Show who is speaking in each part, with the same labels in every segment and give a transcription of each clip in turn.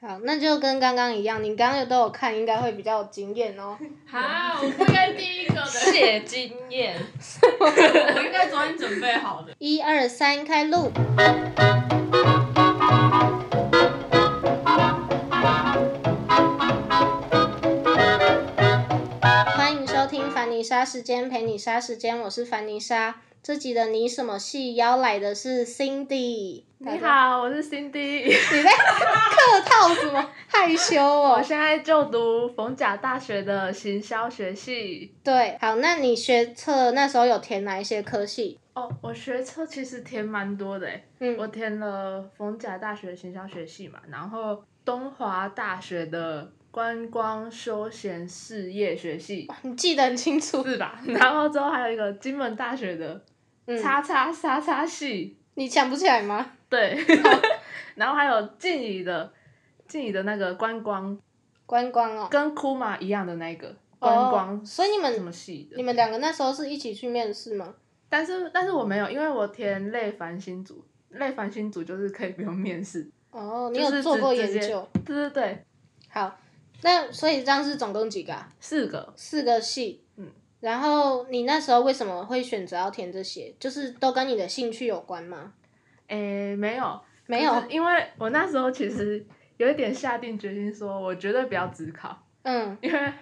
Speaker 1: 好，那就跟刚刚一样，你刚刚都有看，应该会比较有经验哦。
Speaker 2: 啊，我不应该第一个的，
Speaker 3: 谢经验，
Speaker 2: 我应该昨天准备好的。
Speaker 1: 一二三，开录。欢迎收听凡妮莎时间陪你杀时间，我是凡妮莎。这集的你什么戏邀来的是 Cindy，
Speaker 4: 你，好，我是 Cindy，
Speaker 1: 你在客套什么？害羞哦
Speaker 4: 我。现在就读逢甲大学的行销学系。
Speaker 1: 对，好，那你学测那时候有填哪一些科系？
Speaker 4: 哦，我学测其实填蛮多的诶，
Speaker 1: 嗯
Speaker 4: 我填了逢甲大学行销学系嘛，然后东华大学的观光休闲事业学系，
Speaker 1: 你记得很清楚。
Speaker 4: 是吧？然后之后还有一个金门大学的
Speaker 1: 嗯，
Speaker 4: 叉叉叉叉系，
Speaker 1: 你想不起来吗？
Speaker 4: 对，哦 然后还有静怡的静怡的那个观光
Speaker 1: 观光哦，
Speaker 4: 跟库玛一样的那个观光
Speaker 1: 哦所以你们
Speaker 4: 什么系的
Speaker 1: 你？们两个那时候是一起去面试吗？
Speaker 4: 但是但是我没有，因为我填类繁星组，类繁星组就是可以不用面试。
Speaker 1: 哦，你
Speaker 4: 就
Speaker 1: 有
Speaker 4: 是
Speaker 1: 做
Speaker 4: 直
Speaker 1: 过
Speaker 4: 直
Speaker 1: 研
Speaker 4: 接
Speaker 1: 究？
Speaker 4: 对对对，
Speaker 1: 好，那所以这样是总共几个、啊？
Speaker 4: 四个。
Speaker 1: 四个系。
Speaker 4: 嗯。
Speaker 1: 然后你那时候为什么会选择要填这些？就是都跟你的兴趣有关吗？
Speaker 4: 诶，没有
Speaker 1: 没有
Speaker 4: 可，是因为我那时候其实有一点下定决心，说我绝对不要只考，
Speaker 1: 嗯，
Speaker 4: 因为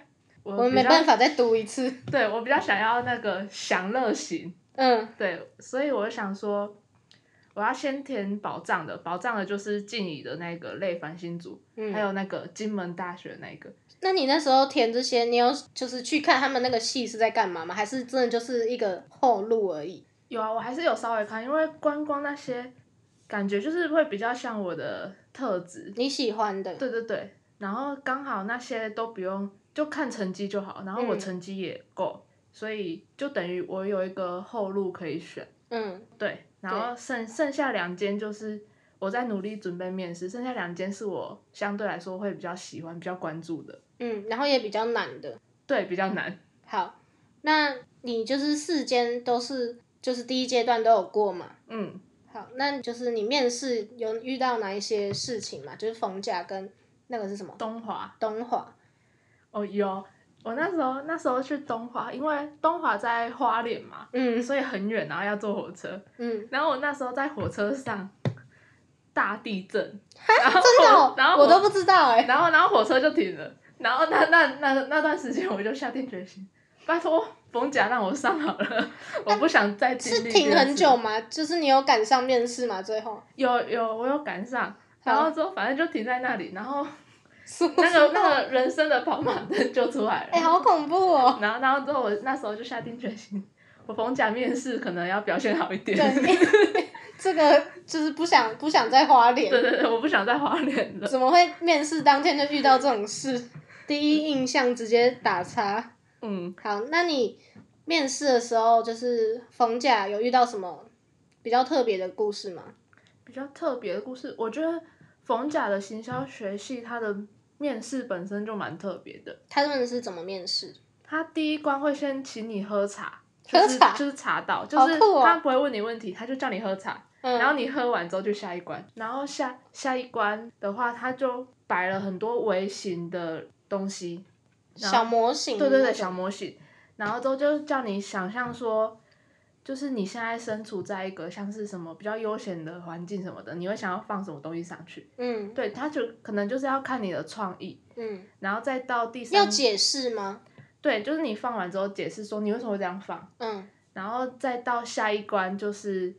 Speaker 4: 我
Speaker 1: 我们
Speaker 4: 比
Speaker 1: 没
Speaker 4: 较
Speaker 1: 办，法再读一次。
Speaker 4: 对我比较想要那个享乐型，
Speaker 1: 嗯
Speaker 4: 对，所以我想说。我要先填保障的，保障的就是静怡的那个类繁星组，
Speaker 1: 嗯，
Speaker 4: 还有那个金门大学那个，
Speaker 1: 那你那时候填这些，你有就是去看他们那个戏是在干嘛吗？还是真的就是一个后路而已？
Speaker 4: 有啊，我还是有稍微看，因为观光那些感觉就是会比较像我的特质。
Speaker 1: 你喜欢的，
Speaker 4: 对对对，然后刚好那些都不用，就看成绩就好。然后我
Speaker 1: 嗯
Speaker 4: 成绩也够，所以就等于我有一个后路可以选。
Speaker 1: 嗯，
Speaker 4: 对，然后剩剩下两间就是我在努力准备面试，剩下两间是我相对来说会比较喜欢、比较关注的。
Speaker 1: 嗯，然后也比较难的。
Speaker 4: 对，比较难。
Speaker 1: 好，那你就是四间都是就是第一阶段都有过嘛？
Speaker 4: 嗯，
Speaker 1: 好，那就是你面试有遇到哪一些事情嘛？就是逢甲跟那个是什么
Speaker 4: 东华
Speaker 1: 东华？
Speaker 4: 哦有，我那时候那时候去东华，因为东华在花莲嘛。
Speaker 1: 嗯
Speaker 4: 所以很远，然后要坐火车。
Speaker 1: 嗯，
Speaker 4: 然后我那时候在火车上大地震，
Speaker 1: 真的哦、
Speaker 4: 然后
Speaker 1: 我都不知道哎、
Speaker 4: 然后然后火车就停了，然后那那那那段时间我就下定决心，拜托冯甲让我上好了， 我不想再经
Speaker 1: 是
Speaker 4: 历
Speaker 1: 停
Speaker 4: 这
Speaker 1: 很
Speaker 4: 次
Speaker 1: 久。吗？就是你有赶上面试吗？最后
Speaker 4: 有有，我有赶上，然后之后反正就停在那里，然后
Speaker 1: 那
Speaker 4: 那个那个人生的跑马灯就出来了。
Speaker 1: 哦哎、好恐怖哦、
Speaker 4: 然后然后之后我那时候就下定决心，我逢甲面试可能要表现好一点。
Speaker 1: 对，这个就是不想不想再花脸，
Speaker 4: 对对对，我不想再花脸了。
Speaker 1: 怎么会面试当天就遇到这种事？第一印象直接打叉。
Speaker 4: 嗯。
Speaker 1: 好，那你面试的时候，就是逢甲有遇到什么比较特别的故事吗？
Speaker 4: 比较特别的故事。我觉得逢甲的行销学系，它的面试本身就蛮特别的。
Speaker 1: 他们是怎么面试？
Speaker 4: 他第一关会先请你喝茶，
Speaker 1: 喝
Speaker 4: 就是
Speaker 1: 茶
Speaker 4: 就是茶道，就
Speaker 1: 好
Speaker 4: 是
Speaker 1: 酷哦
Speaker 4: 他不会问你问题，他就叫你喝茶，
Speaker 1: 嗯，
Speaker 4: 然后你喝完之后就下一关，然后下下一关的话，他就摆了很多微型的东西，然后
Speaker 1: 小模型，
Speaker 4: 对对对，小模型，然后之后就叫你想象说，就是你现在身处在一个像是什么比较悠闲的环境什么的，你会想要放什么东西上去？
Speaker 1: 嗯
Speaker 4: 对，他就可能就是要看你的创意，
Speaker 1: 嗯，
Speaker 4: 然后再到第
Speaker 1: 要
Speaker 4: 三，
Speaker 1: 解释吗？
Speaker 4: 对，就是你放完之后解释说你为什么会这样放，
Speaker 1: 嗯
Speaker 4: 然后再到下一关就是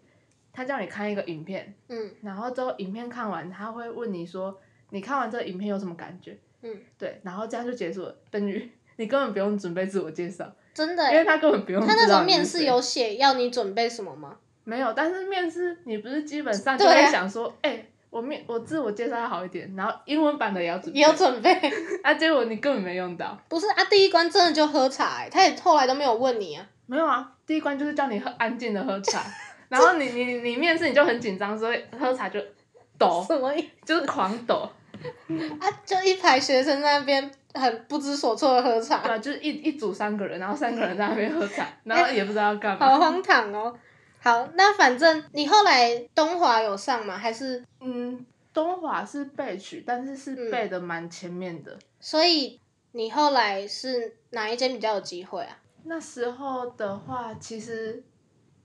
Speaker 4: 他叫你看一个影片，
Speaker 1: 嗯
Speaker 4: 然后之后影片看完，他会问你说你看完这个影片有什么感觉？
Speaker 1: 嗯，
Speaker 4: 对，然后这样就结束了，等于 你根本不用准备自我介绍。
Speaker 1: 真的
Speaker 4: 因为
Speaker 1: 欸。
Speaker 4: 他根本不用知
Speaker 1: 他
Speaker 4: 道你是
Speaker 1: 那
Speaker 4: 谁。
Speaker 1: 时候面试有写要你准备什么吗？
Speaker 4: 没有？但是面试你不是基本上就
Speaker 1: 对
Speaker 4: 会
Speaker 1: 啊
Speaker 4: 想说，哎、我面我自我介绍要好一点，然后英文版的也要准备。
Speaker 1: 也有准备，
Speaker 4: 啊，结果你根本没用到。
Speaker 1: 不是啊？第一关真的就喝茶、欸，他也后来都没有问你啊。
Speaker 4: 没有啊，第一关就是叫你喝安静的喝茶， 然后你你你面试你就很紧张，所以喝茶就 抖，
Speaker 1: 什么意
Speaker 4: 就是狂抖，
Speaker 1: 啊？就一排学生在那边很不知所措的喝
Speaker 4: 对啊
Speaker 1: 茶，
Speaker 4: 吧、就是一一组三个人，然后三个人在那边喝 茶，然后也不知道要干嘛。
Speaker 1: 好荒唐哦。好，那反正你后来东华有上吗？还是
Speaker 4: 嗯，东华是被取，但是是背的蛮前面的。
Speaker 1: 所以你后来是哪一间比较有机会啊？
Speaker 4: 那时候的话，其实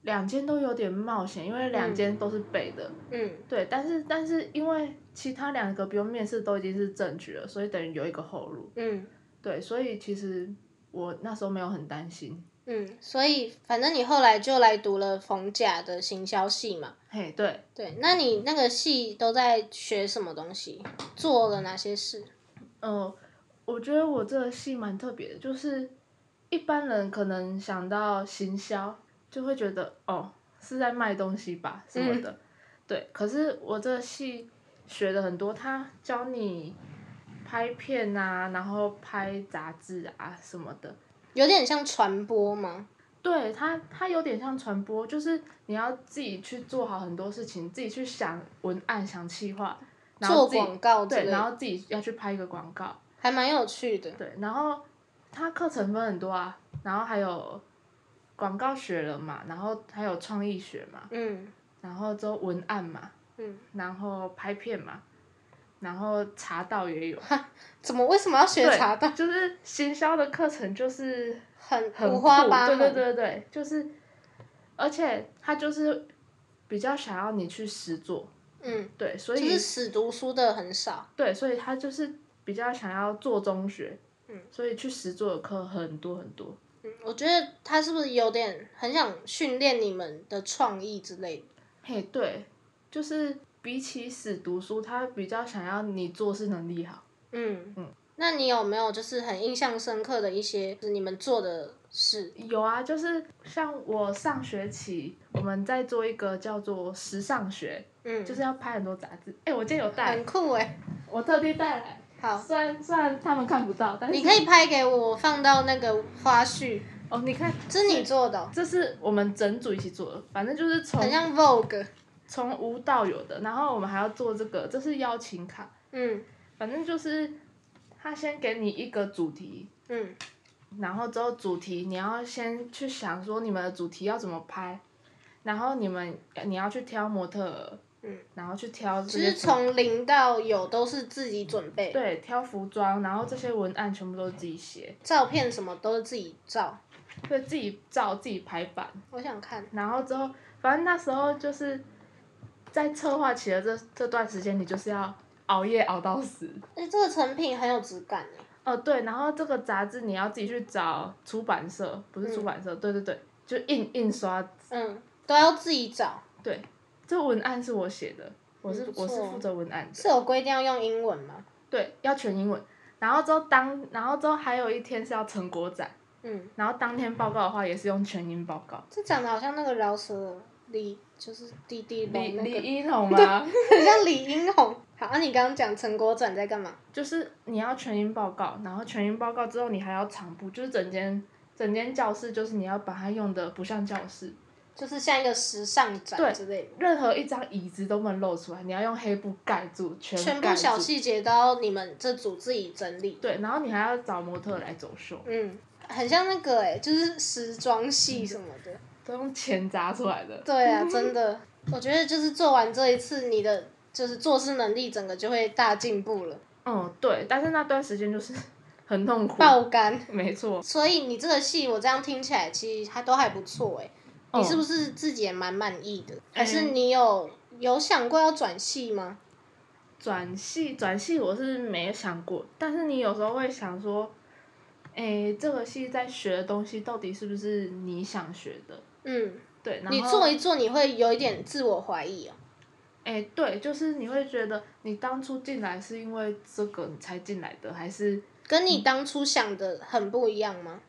Speaker 4: 两间都有点冒险，因为两间都是背的。
Speaker 1: 嗯，
Speaker 4: 对，但是但是因为其他两个不用面试都已经是正局了，所以等于有一个后路。
Speaker 1: 嗯
Speaker 4: 对，所以其实我那时候没有很担心。
Speaker 1: 嗯，所以反正你后来就来读了逢甲的行销系嘛。
Speaker 4: 嘿，对，
Speaker 1: 对，那你那个系都在学什么东西？做了哪些事？
Speaker 4: 嗯，我觉得我这个戏蛮特别的，就是一般人可能想到行销，就会觉得哦是在卖东西吧什么的，对。可是我这个戏学的很多，他教你拍片啊，然后拍杂志啊什么的。
Speaker 1: 有点像传播吗？
Speaker 4: 对它，它有点像传播，就是你要自己去做好很多事情，自己去想文案、想企划，然后
Speaker 1: 做
Speaker 4: 自己
Speaker 1: 广告之类
Speaker 4: 对，
Speaker 1: 的
Speaker 4: 然后自己要去拍一个广告，
Speaker 1: 还蛮有趣的。
Speaker 4: 对，然后它课程分很多啊，然后还有广告学了嘛，然后还有创意学嘛，
Speaker 1: 嗯
Speaker 4: 然后之后文案嘛，
Speaker 1: 嗯，
Speaker 4: 然后拍片嘛，然后茶道 也有，
Speaker 1: 怎么为什么要学
Speaker 4: 对
Speaker 1: 茶道？
Speaker 4: 就是行销的课程就是
Speaker 1: 很
Speaker 4: 很
Speaker 1: 五花
Speaker 4: 酷
Speaker 1: 八
Speaker 4: 对
Speaker 1: 门。
Speaker 4: 对对对，就是，而且他就是比较想要你去实做，
Speaker 1: 嗯，
Speaker 4: 对，所
Speaker 1: 就
Speaker 4: 以
Speaker 1: 是死读书的很少。
Speaker 4: 对，所以他就是比较想要做中学，
Speaker 1: 嗯，
Speaker 4: 所以去实做的课很多很多。
Speaker 1: 嗯，我觉得他是不是有点很想训练你们的创意之类的？
Speaker 4: 嘿，对，就是比起死读书，他比较想要你做事能力好。
Speaker 1: 嗯嗯。那你有没有就是很印象深刻的一些就是你们做的事？
Speaker 4: 有啊，就是像我上学期我们在做一个叫做时尚学，
Speaker 1: 嗯，
Speaker 4: 就是要拍很多杂志。哎，我今天有带，
Speaker 1: 很酷哎、
Speaker 4: 我特地带来。
Speaker 1: 好，
Speaker 4: 虽然虽然他们看不到，但是
Speaker 1: 你可以拍给我放到那个花絮，
Speaker 4: 哦，你看，
Speaker 1: 这是你做的哦、
Speaker 4: 这是我们整组一起做的，反正就是从
Speaker 1: 很像 Vogue。
Speaker 4: 从无到有的，然后我们还要做这个，这是邀请卡，
Speaker 1: 嗯
Speaker 4: 反正就是他先给你一个主题，
Speaker 1: 嗯
Speaker 4: 然后之后主题你要先去想说你们的主题要怎么拍，然后你们你要去挑模特儿，
Speaker 1: 嗯，
Speaker 4: 然后去挑这
Speaker 1: 就
Speaker 4: 些
Speaker 1: 是
Speaker 4: 服
Speaker 1: 从零到有都是自己准备，
Speaker 4: 对挑服装，然后这些文案全部都是自己写，
Speaker 1: 照片什么都是自己照。
Speaker 4: 对自己照自己排版，
Speaker 1: 我想看，
Speaker 4: 然后之后反正那时候就是在策划期的这这段时间，你就是要熬夜熬到死。
Speaker 1: 而且这个成品很有质感欸耶
Speaker 4: 哦，对，然后这个杂志你要自己去找出版社，不是出版社，对对对，就印印刷
Speaker 1: 嗯，都要自己找。
Speaker 4: 对，这文案是我写的，我是、
Speaker 1: 嗯不
Speaker 4: 我是
Speaker 1: 错
Speaker 4: 负责文案的，
Speaker 1: 是有规定要用英文吗？
Speaker 4: 对，要全英文。然后之后当，然后之后还有一天是要成果展，
Speaker 1: 嗯，
Speaker 4: 然后当天报告的话也是用全英报告。
Speaker 1: 这长得好像那个饶舌李，就是弟弟
Speaker 4: 李
Speaker 1: 龙那
Speaker 4: 李
Speaker 1: 个，
Speaker 4: 一桐吗？
Speaker 1: 很像李英宏。好，啊那、你刚刚讲陈国展在干嘛？
Speaker 4: 就是你要全英报告，然后全英报告之后你还要场部，就是整间整间教室就是你要把它用的不像教室，
Speaker 1: 就是像一个时尚
Speaker 4: 对
Speaker 1: 展之类的，
Speaker 4: 任何一张椅子都不能露出来，你要用黑布盖住，全
Speaker 1: 全
Speaker 4: 盖
Speaker 1: 部小
Speaker 4: 住
Speaker 1: 细节都要你们这组自己整理。
Speaker 4: 对，然后你还要找模特来走秀，
Speaker 1: 嗯，很像那个哎、就是时装系什么的。
Speaker 4: 都用钱砸出来的。
Speaker 1: 对啊，真的，我觉得就是做完这一次，你的就是做事能力整个就会大进步了，
Speaker 4: 嗯，对，但是那段时间就是很痛苦，
Speaker 1: 爆肝。
Speaker 4: 没错。
Speaker 1: 所以你这个戏，我这样听起来其实还都还不错哎、你是不是自己也蛮满意的？还是你有有想过要转系吗？
Speaker 4: 转系转系我是没想过，但是你有时候会想说，诶，这个系在学的东西到底是不是你想学的？
Speaker 1: 嗯，
Speaker 4: 对，然后
Speaker 1: 你做一做，你会有一点自我怀疑哦。
Speaker 4: 诶，哎对，就是你会觉得你当初进来是因为这个你才进来的，还是
Speaker 1: 跟
Speaker 4: 嗯
Speaker 1: 你当初想的很不一样吗？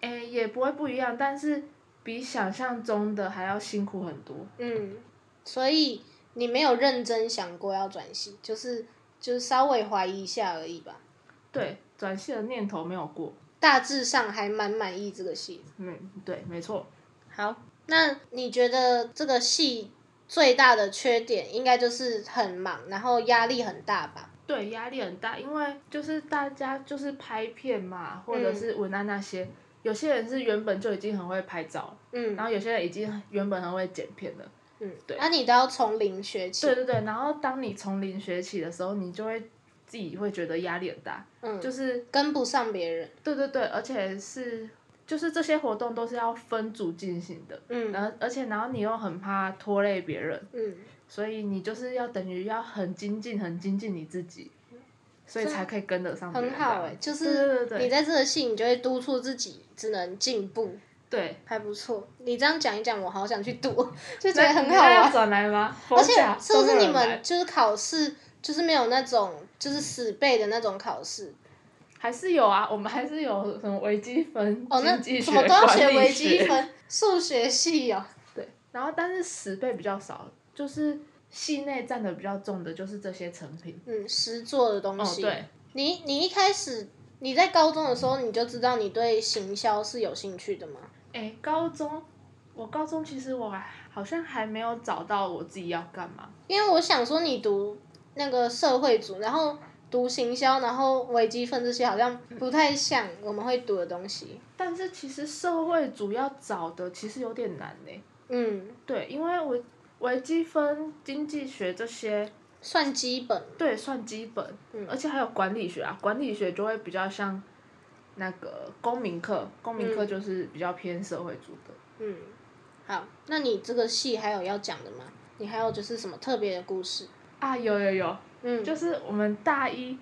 Speaker 4: 诶哎也不会不一样，但是比想象中的还要辛苦很多。
Speaker 1: 嗯，所以你没有认真想过要转系，就是就是稍微怀疑一下而已吧。
Speaker 4: 对，转系的念头没有过。
Speaker 1: 大致上还蛮满意这个戏。
Speaker 4: 嗯，对，没错。
Speaker 1: 好，那你觉得这个戏最大的缺点应该就是很忙，然后压力很大吧？
Speaker 4: 对，压力很大，因为就是大家就是拍片嘛，或
Speaker 1: 嗯
Speaker 4: 者是文案那些，有些人是原本就已经很会拍照了，
Speaker 1: 嗯
Speaker 4: 然后有些人已经原本很会剪片了，
Speaker 1: 嗯，
Speaker 4: 对
Speaker 1: 那、你都要从零学起，
Speaker 4: 对对对，然后当你从零学起的时候，你就会自己会觉得压力很大，
Speaker 1: 嗯，
Speaker 4: 就是
Speaker 1: 跟不上别人，
Speaker 4: 对对对，而且是就是这些活动都是要分组进行的，
Speaker 1: 嗯
Speaker 4: 然后而且然后你又很怕拖累别人，
Speaker 1: 嗯，
Speaker 4: 所以你就是要等于要很精进、很精进你自己，所以才可以跟得上别人
Speaker 1: 很
Speaker 4: 这样。
Speaker 1: 好哎、就
Speaker 4: 对
Speaker 1: 是
Speaker 4: 对对
Speaker 1: 你
Speaker 4: 对
Speaker 1: 在这个戏，你就会督促自己只能进步，
Speaker 4: 对，
Speaker 1: 还不错。你这样讲一讲，我好想去 读，就觉得
Speaker 4: 那
Speaker 1: 很
Speaker 4: 你
Speaker 1: 好
Speaker 4: 要
Speaker 1: 玩。
Speaker 4: 转来吗？
Speaker 1: 而
Speaker 4: 而
Speaker 1: 且是不是你们就是考试，就是没有那种就是死背的那种考试？
Speaker 4: 还是有啊？我们还是有什么微积 分、
Speaker 1: 哦，那
Speaker 4: 经济学
Speaker 1: 什么都要
Speaker 4: 管
Speaker 1: 学
Speaker 4: 理
Speaker 1: 微积
Speaker 4: 学。
Speaker 1: 分、数学系哦。
Speaker 4: 对， 然后但是十倍比较少，就是系内占的比较重的就是这些成品。
Speaker 1: 嗯，实做的东
Speaker 4: 哦，
Speaker 1: 西。
Speaker 4: 对，
Speaker 1: 你你一开始你在高中的时候，你就知道你对行销是有兴趣的吗？
Speaker 4: 哎，高中，我高中其实我还好像还没有找到我自己要干嘛。
Speaker 1: 因为我想说，你读那个社会组，然后读行销，然后微积分这些，好像不太像我们会读的东西。
Speaker 4: 但是其实社会主要找的其实有点难呢。
Speaker 1: 嗯，
Speaker 4: 对，因为微微积分、经济学这些，
Speaker 1: 算基本。
Speaker 4: 对，算基本，
Speaker 1: 嗯
Speaker 4: 而且还有管理学啊，管理学就会比较像那个公民课，公民课
Speaker 1: 嗯
Speaker 4: 就是比较偏社会主的。
Speaker 1: 嗯，好，那你这个戏还有要讲的吗？你还有就是什么特别的故事？
Speaker 4: 啊，有有有，
Speaker 1: 嗯，
Speaker 4: 就是我们大一，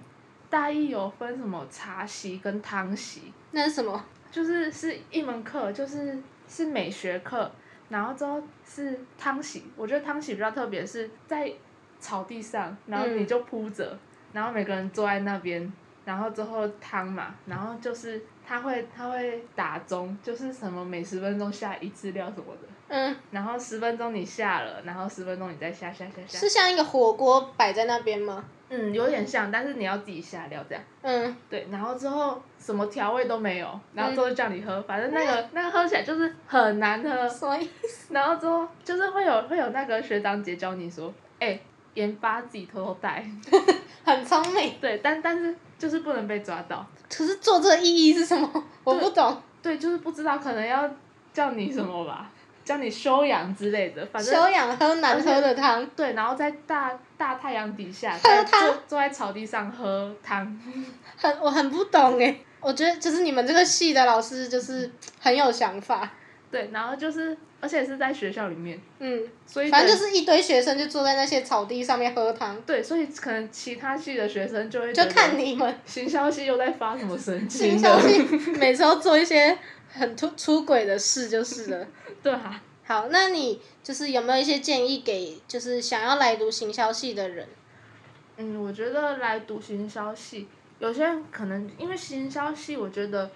Speaker 4: 大一有分什么茶席跟汤席，
Speaker 1: 那是什么？
Speaker 4: 就是是一门课，就是是美学课，然后之后是汤洗，我觉得汤洗比较特别，是在草地上，然后
Speaker 1: 嗯
Speaker 4: 你就铺着，然后每个人坐在那边，然后之后汤嘛，然后就是他会他会打钟，就是什么每十分钟下一次料什么的，
Speaker 1: 嗯，
Speaker 4: 然后十分钟你下了，然后十分钟你再下下下下
Speaker 1: 是，像一个火锅摆在那边吗？
Speaker 4: 嗯，有点像，但是你要自己下料这样。
Speaker 1: 嗯，
Speaker 4: 对，然后之后什么调味都没有，然后之后叫你
Speaker 1: 嗯
Speaker 4: 喝，反正那个那个喝起来就是很难 喝，
Speaker 1: 所以
Speaker 4: 然后之后就是会有会有那个学长姐教你说，哎、盐巴自己偷偷带，
Speaker 1: 很聪明。
Speaker 4: 对，但但是就是不能被抓到，
Speaker 1: 可是做这个意义是什么？我不懂。
Speaker 4: 对，就是不知道可能要叫你什么吧，叫你休养之类的，反正
Speaker 1: 休养喝难喝的汤，
Speaker 4: 对，然后在大大太阳底下，在
Speaker 1: 汤
Speaker 4: 坐坐在草地上喝汤，
Speaker 1: 很我很不懂哎。我觉得就是你们这个系的老师就是很有想法。
Speaker 4: 对，然后就是而且是在学校里面，
Speaker 1: 嗯，
Speaker 4: 所以
Speaker 1: 反正
Speaker 4: 等
Speaker 1: 就是一堆学生就坐在那些草地上面喝汤，
Speaker 4: 对，所以可能其他系的学生就会
Speaker 1: 就
Speaker 4: 觉得
Speaker 1: 看你 们
Speaker 4: 新消息又在发什么神
Speaker 1: 新
Speaker 4: 经的，啊
Speaker 1: 消息，每次都做一些很出出轨的事就是 了。
Speaker 4: 对啊，
Speaker 1: 好，那你就是有没有一些建议给就是想要来读行销系的人？
Speaker 4: 嗯，我觉得来读新消息，有些人可能因为新消息，我觉得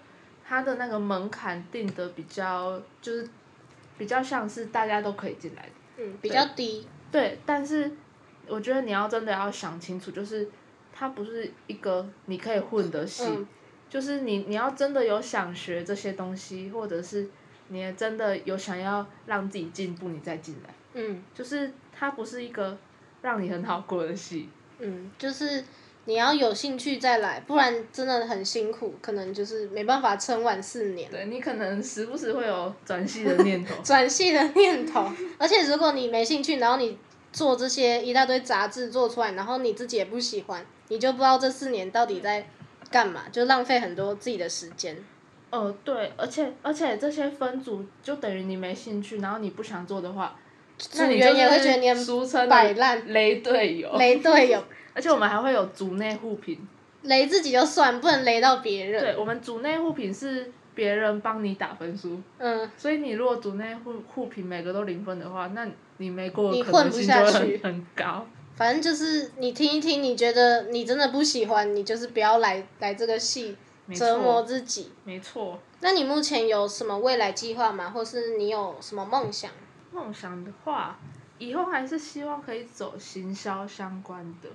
Speaker 4: 它的那个门槛定的比较就是比较像是大家都可以进来的，
Speaker 1: 嗯，比较低。
Speaker 4: 对，但是我觉得你要真的要想清楚，就是它不是一个你可以混的系，
Speaker 1: 嗯
Speaker 4: 就是你你要真的有想学这些东西，或者是你也真的有想要让自己进步，你再进来。
Speaker 1: 嗯
Speaker 4: 就是它不是一个让你很好过的戏。
Speaker 1: 嗯，就是你要有兴趣再来，不然真的很辛苦，可能就是没办法撑完四年。。
Speaker 4: 对你可能时不时会有转戏的念头
Speaker 1: 转系的念头， 而且如果你没兴趣，然后你做这些一大堆杂志做出来，然后你自己也不喜欢，你就不知道这四年到底在干嘛，就浪费很多自己的时间。
Speaker 4: 哦、对，而且而且这些分组就等于你没兴趣，然后你不想做的话，那你
Speaker 1: 组员也会
Speaker 4: 就
Speaker 1: 觉得你
Speaker 4: 是
Speaker 1: 很
Speaker 4: 俗称的
Speaker 1: 摆烂
Speaker 4: 雷队友。
Speaker 1: 雷队友，
Speaker 4: 而且我们还会有组内互评。
Speaker 1: 雷自己就算，不能雷到别人。
Speaker 4: 对，我们组内互评是别人帮你打分数，
Speaker 1: 嗯，
Speaker 4: 所以你如果组内互互评每个都零分的话，那你没过
Speaker 1: 你
Speaker 4: 的可
Speaker 1: 混
Speaker 4: 能
Speaker 1: 不
Speaker 4: 性
Speaker 1: 下
Speaker 4: 就会
Speaker 1: 去
Speaker 4: 很很高。
Speaker 1: 反正就是你听一听，你觉得你真的不喜欢，你就是不要来来这个戏
Speaker 4: 没
Speaker 1: 折磨
Speaker 4: 错，
Speaker 1: 自己。
Speaker 4: 没错。
Speaker 1: 那你目前有什么未来计划吗？或是你有什么梦想？
Speaker 4: 梦想的话，以后还是希望可以走行销相关的，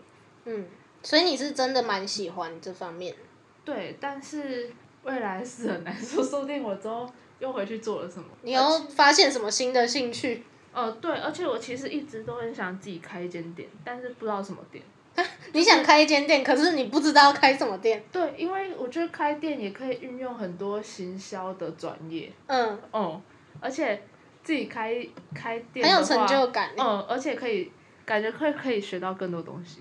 Speaker 1: 嗯，所以你是真的蛮喜欢这方面。
Speaker 4: 对，但是未来是很难说，说不定我之后又回去做了什么。
Speaker 1: 你又发现什么新的兴趣？
Speaker 4: 呃，对，而且我其实一直都很想自己开一间店，但是不知道什么店。
Speaker 1: 你想开一间店，可是你不知道开什么店。
Speaker 4: 对，因为我觉得开店也可以运用很多行销的专业，
Speaker 1: 嗯，
Speaker 4: 哦、而且自己开开店
Speaker 1: 很有
Speaker 4: 的
Speaker 1: 成
Speaker 4: 话
Speaker 1: 就感欸
Speaker 4: 嗯，而且可以感觉会可以学到更多东西。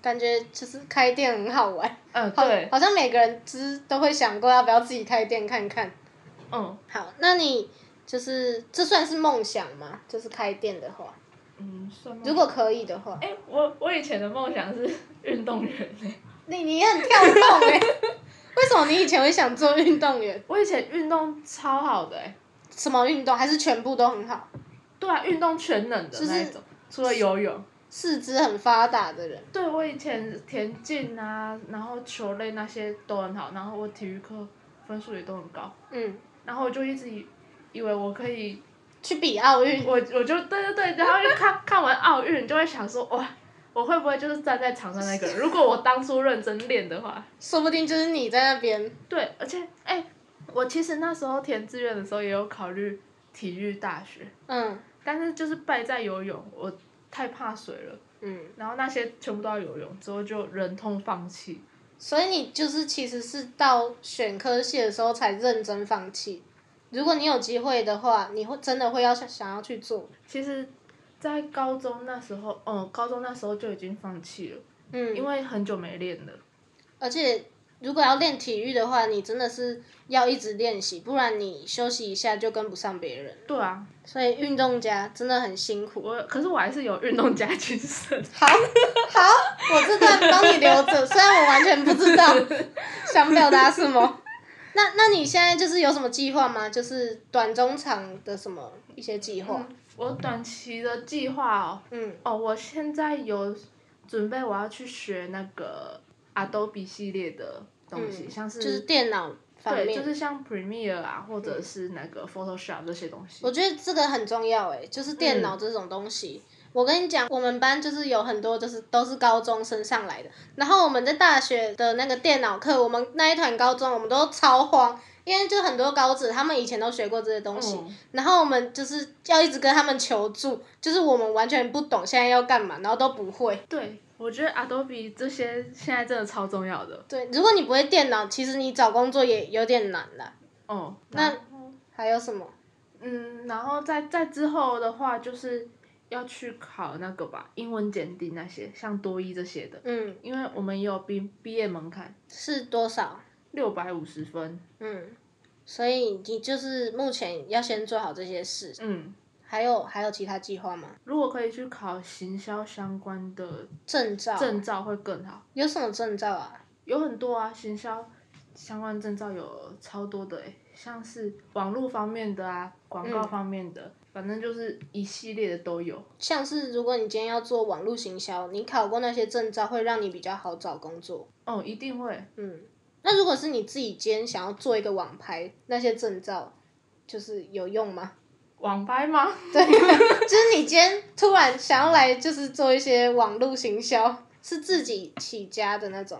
Speaker 1: 感觉就是开店很好玩。
Speaker 4: 嗯，
Speaker 1: 好
Speaker 4: 对，
Speaker 1: 好像每个人之都会想过要不要自己开店看看。
Speaker 4: 嗯
Speaker 1: 好，那你就是这算是梦想吗？就是开店的话，
Speaker 4: 嗯，算吗
Speaker 1: 如果可以的话，
Speaker 4: 哎、我我以前的梦想是 运动员、欸，
Speaker 1: 你你很跳动 哎、为什么你以前会想做运动员？
Speaker 4: 我以前运动超好的哎、
Speaker 1: 什么运动还是全部都很好，
Speaker 4: 对啊，运动全能的那一种，除了游泳。
Speaker 1: 四肢很发达的人。
Speaker 4: 对，我以前田径啊，然后球类那些都很好，然后我体育课分数也都很高，
Speaker 1: 嗯，
Speaker 4: 然后我就一直以以为我可以
Speaker 1: 去比奥运，
Speaker 4: 我我就对对对，然后就看看完奥运，就会想说哇，我会不会就是站在场上那个人？如果我当初认真练的话，
Speaker 1: 说不定就是你在那边。
Speaker 4: 对，而且哎、我其实那时候填志愿的时候也有考虑体育大学，
Speaker 1: 嗯
Speaker 4: 但是就是败在游泳，我太怕水了，
Speaker 1: 嗯，
Speaker 4: 然后那些全部都要游泳，之后就忍痛放弃。
Speaker 1: 所以你就是其实是到选科系的时候才认真放弃。如果你有机会的话，你会真的会要想想要去做。
Speaker 4: 其实，在高中那时候，嗯，高中那时候就已经放弃了，
Speaker 1: 嗯，
Speaker 4: 因为很久没练了。
Speaker 1: 而且如果要练体育的话，你真的是要一直练习，不然你休息一下就跟不上别人。
Speaker 4: 对啊，
Speaker 1: 所以运动家真的很辛苦。
Speaker 4: 我可是我还是有运动家精神。
Speaker 1: 好， 好，我这段帮你留着，虽然我完全不知 道想表达什么。那那你现在就是有什么计划吗？就是短中长的什么一些计划？
Speaker 4: 我短期的计划哦，
Speaker 1: 嗯
Speaker 4: 哦，我现在有准备我要去学那个 Adobe 系列的东西，像是、
Speaker 1: 嗯就是电脑方
Speaker 4: 对，
Speaker 1: 面，
Speaker 4: 就是像 Premiere 啊，或者是那个 Photoshop 这些东西。
Speaker 1: 我觉得这个很重要诶，就是电
Speaker 4: 嗯
Speaker 1: 脑这种东西。我跟你讲，我们班就是有很多就是都是高中升上来的，然后我们在大学的那个电脑课，我们那一团高中我们都超慌，因为就很多高职他们以前都学过这些东西，
Speaker 4: 嗯
Speaker 1: 然后我们就是要一直跟他们求助，就是我们完全不懂现在要干嘛，然后都不会。
Speaker 4: 对，我觉得 Adobe 这些现在真的超重要的。
Speaker 1: 对，如果你不会电脑，其实你找工作也有点难了。
Speaker 4: 哦、
Speaker 1: 那
Speaker 4: 那
Speaker 1: 还有什么？
Speaker 4: 嗯，然后再再之后的话，就是要去考那个吧，英文检定那些，像多一这些的，
Speaker 1: 嗯，
Speaker 4: 因为我们也有毕毕业门槛
Speaker 1: 是多少？
Speaker 4: 六百五十分。
Speaker 1: 嗯，所以你就是目前要先做好这些事，
Speaker 4: 嗯。
Speaker 1: 还有还有其他计划吗？
Speaker 4: 如果可以去考行销相关的
Speaker 1: 证照啊
Speaker 4: 证照会更好，
Speaker 1: 有什么证照啊？
Speaker 4: 有很多啊，行销相关证照有超多的、欸，像是网络方面的啊，广告方面的，反正就是一系列的都有。
Speaker 1: 像是如果你今天要做网络行销，你考过那些证照会让你比较好找工作。
Speaker 4: 哦，一定会。
Speaker 1: 嗯，那如果是你自己今天想要做一个网拍，那些证照就是有用吗？
Speaker 4: 网拍吗？
Speaker 1: 对，就是你今天突然想要来就是做一些网络行销，是自己起家的那种。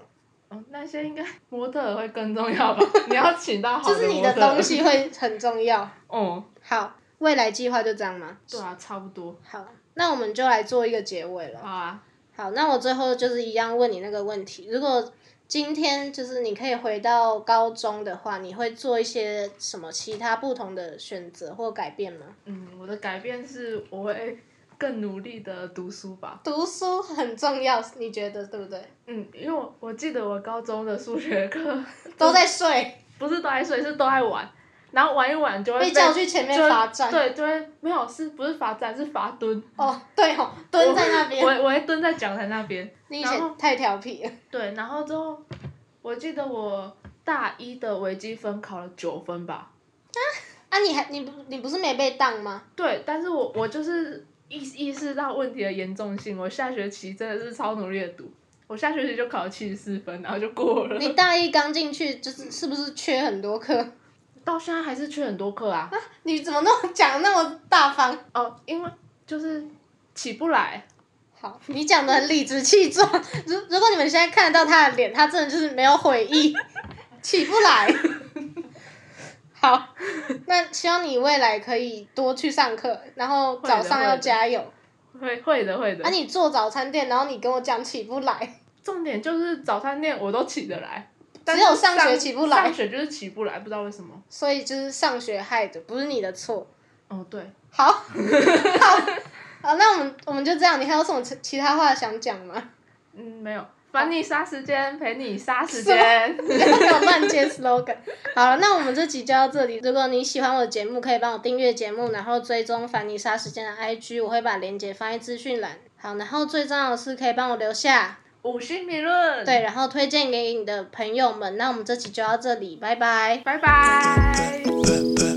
Speaker 4: 哦， 那些应该模特儿会更重 要吧？你要请到好
Speaker 1: 就是你
Speaker 4: 模
Speaker 1: 的
Speaker 4: 特儿
Speaker 1: 东。西会很重要。
Speaker 4: 哦，
Speaker 1: 好，未来计划就这样吗？
Speaker 4: 对啊，差不多。
Speaker 1: 好，那我们就来做一个结尾了。
Speaker 4: 好啊，
Speaker 1: 好，那我最后就是一样问你那个问题：如果今天就是你可以回到高中的话，你会做一些什么其他不同的选择或改变吗？
Speaker 4: 嗯，我的改变是我会更努力的读书吧。
Speaker 1: 读书很重要，你觉得对不对？
Speaker 4: 嗯，因为我我记得我高中的数学课
Speaker 1: 都在睡，
Speaker 4: 不是都爱睡，是都爱玩，然后玩一玩就会
Speaker 1: 被叫去前面
Speaker 4: 就会
Speaker 1: 罚站。
Speaker 4: 对，就会没有是不是罚站是罚蹲，
Speaker 1: 哦，对哦，蹲在那
Speaker 4: 我
Speaker 1: 边。
Speaker 4: 我会蹲在讲台那边。
Speaker 1: 你以
Speaker 4: 然
Speaker 1: 前太调皮了。
Speaker 4: 对，然后之后我记得我大一的微积分考了九分吧，
Speaker 1: 啊，你还你不你不是没被当吗？
Speaker 4: 对，但是我我就是意意识到问题的严重性，我下学期真的是超努力的读，我下学期就考了七十四分，然后就过了，
Speaker 1: 你大一刚进去，就是是不是缺很多课？
Speaker 4: 到现在还是缺很多课啊。
Speaker 1: 啊你怎么那么讲得那么大方？
Speaker 4: 哦，因为就是起不来。
Speaker 1: 好，你讲的很理直气壮。如如果你们现在看得到他的脸，他真的就是没有悔 意，起不来。好，那希望你未来可以多去上课，然后早上要加油。
Speaker 4: 会会的会的，
Speaker 1: 啊，你做早餐店，然后你跟我讲起不来，
Speaker 4: 重点就是早餐店我都起得来，但
Speaker 1: 只
Speaker 4: 是
Speaker 1: 有上学起不来
Speaker 4: 上学就是起不来，不知道为什么。
Speaker 1: 所以就是上学害的，不是你的错。
Speaker 4: 哦，对，
Speaker 1: 好，好， 好，那我们我们就这样。你还有什么其其他话想讲吗？
Speaker 4: 嗯，没有，烦你杀时间，陪你杀时间。
Speaker 1: 不要给我乱接 slogan。好了，那我们这集就到这里。如果你喜欢我的节目，可以帮我订阅节目，然后追踪凡妮莎时间的 IG，我会把链接放在资讯栏。好，然后最重要的是可以帮我留下
Speaker 4: 五星评论，
Speaker 1: 对，，然后推荐给你的朋友们。那我们这集就到这里，拜拜。
Speaker 4: 拜拜。
Speaker 3: Bye, bye.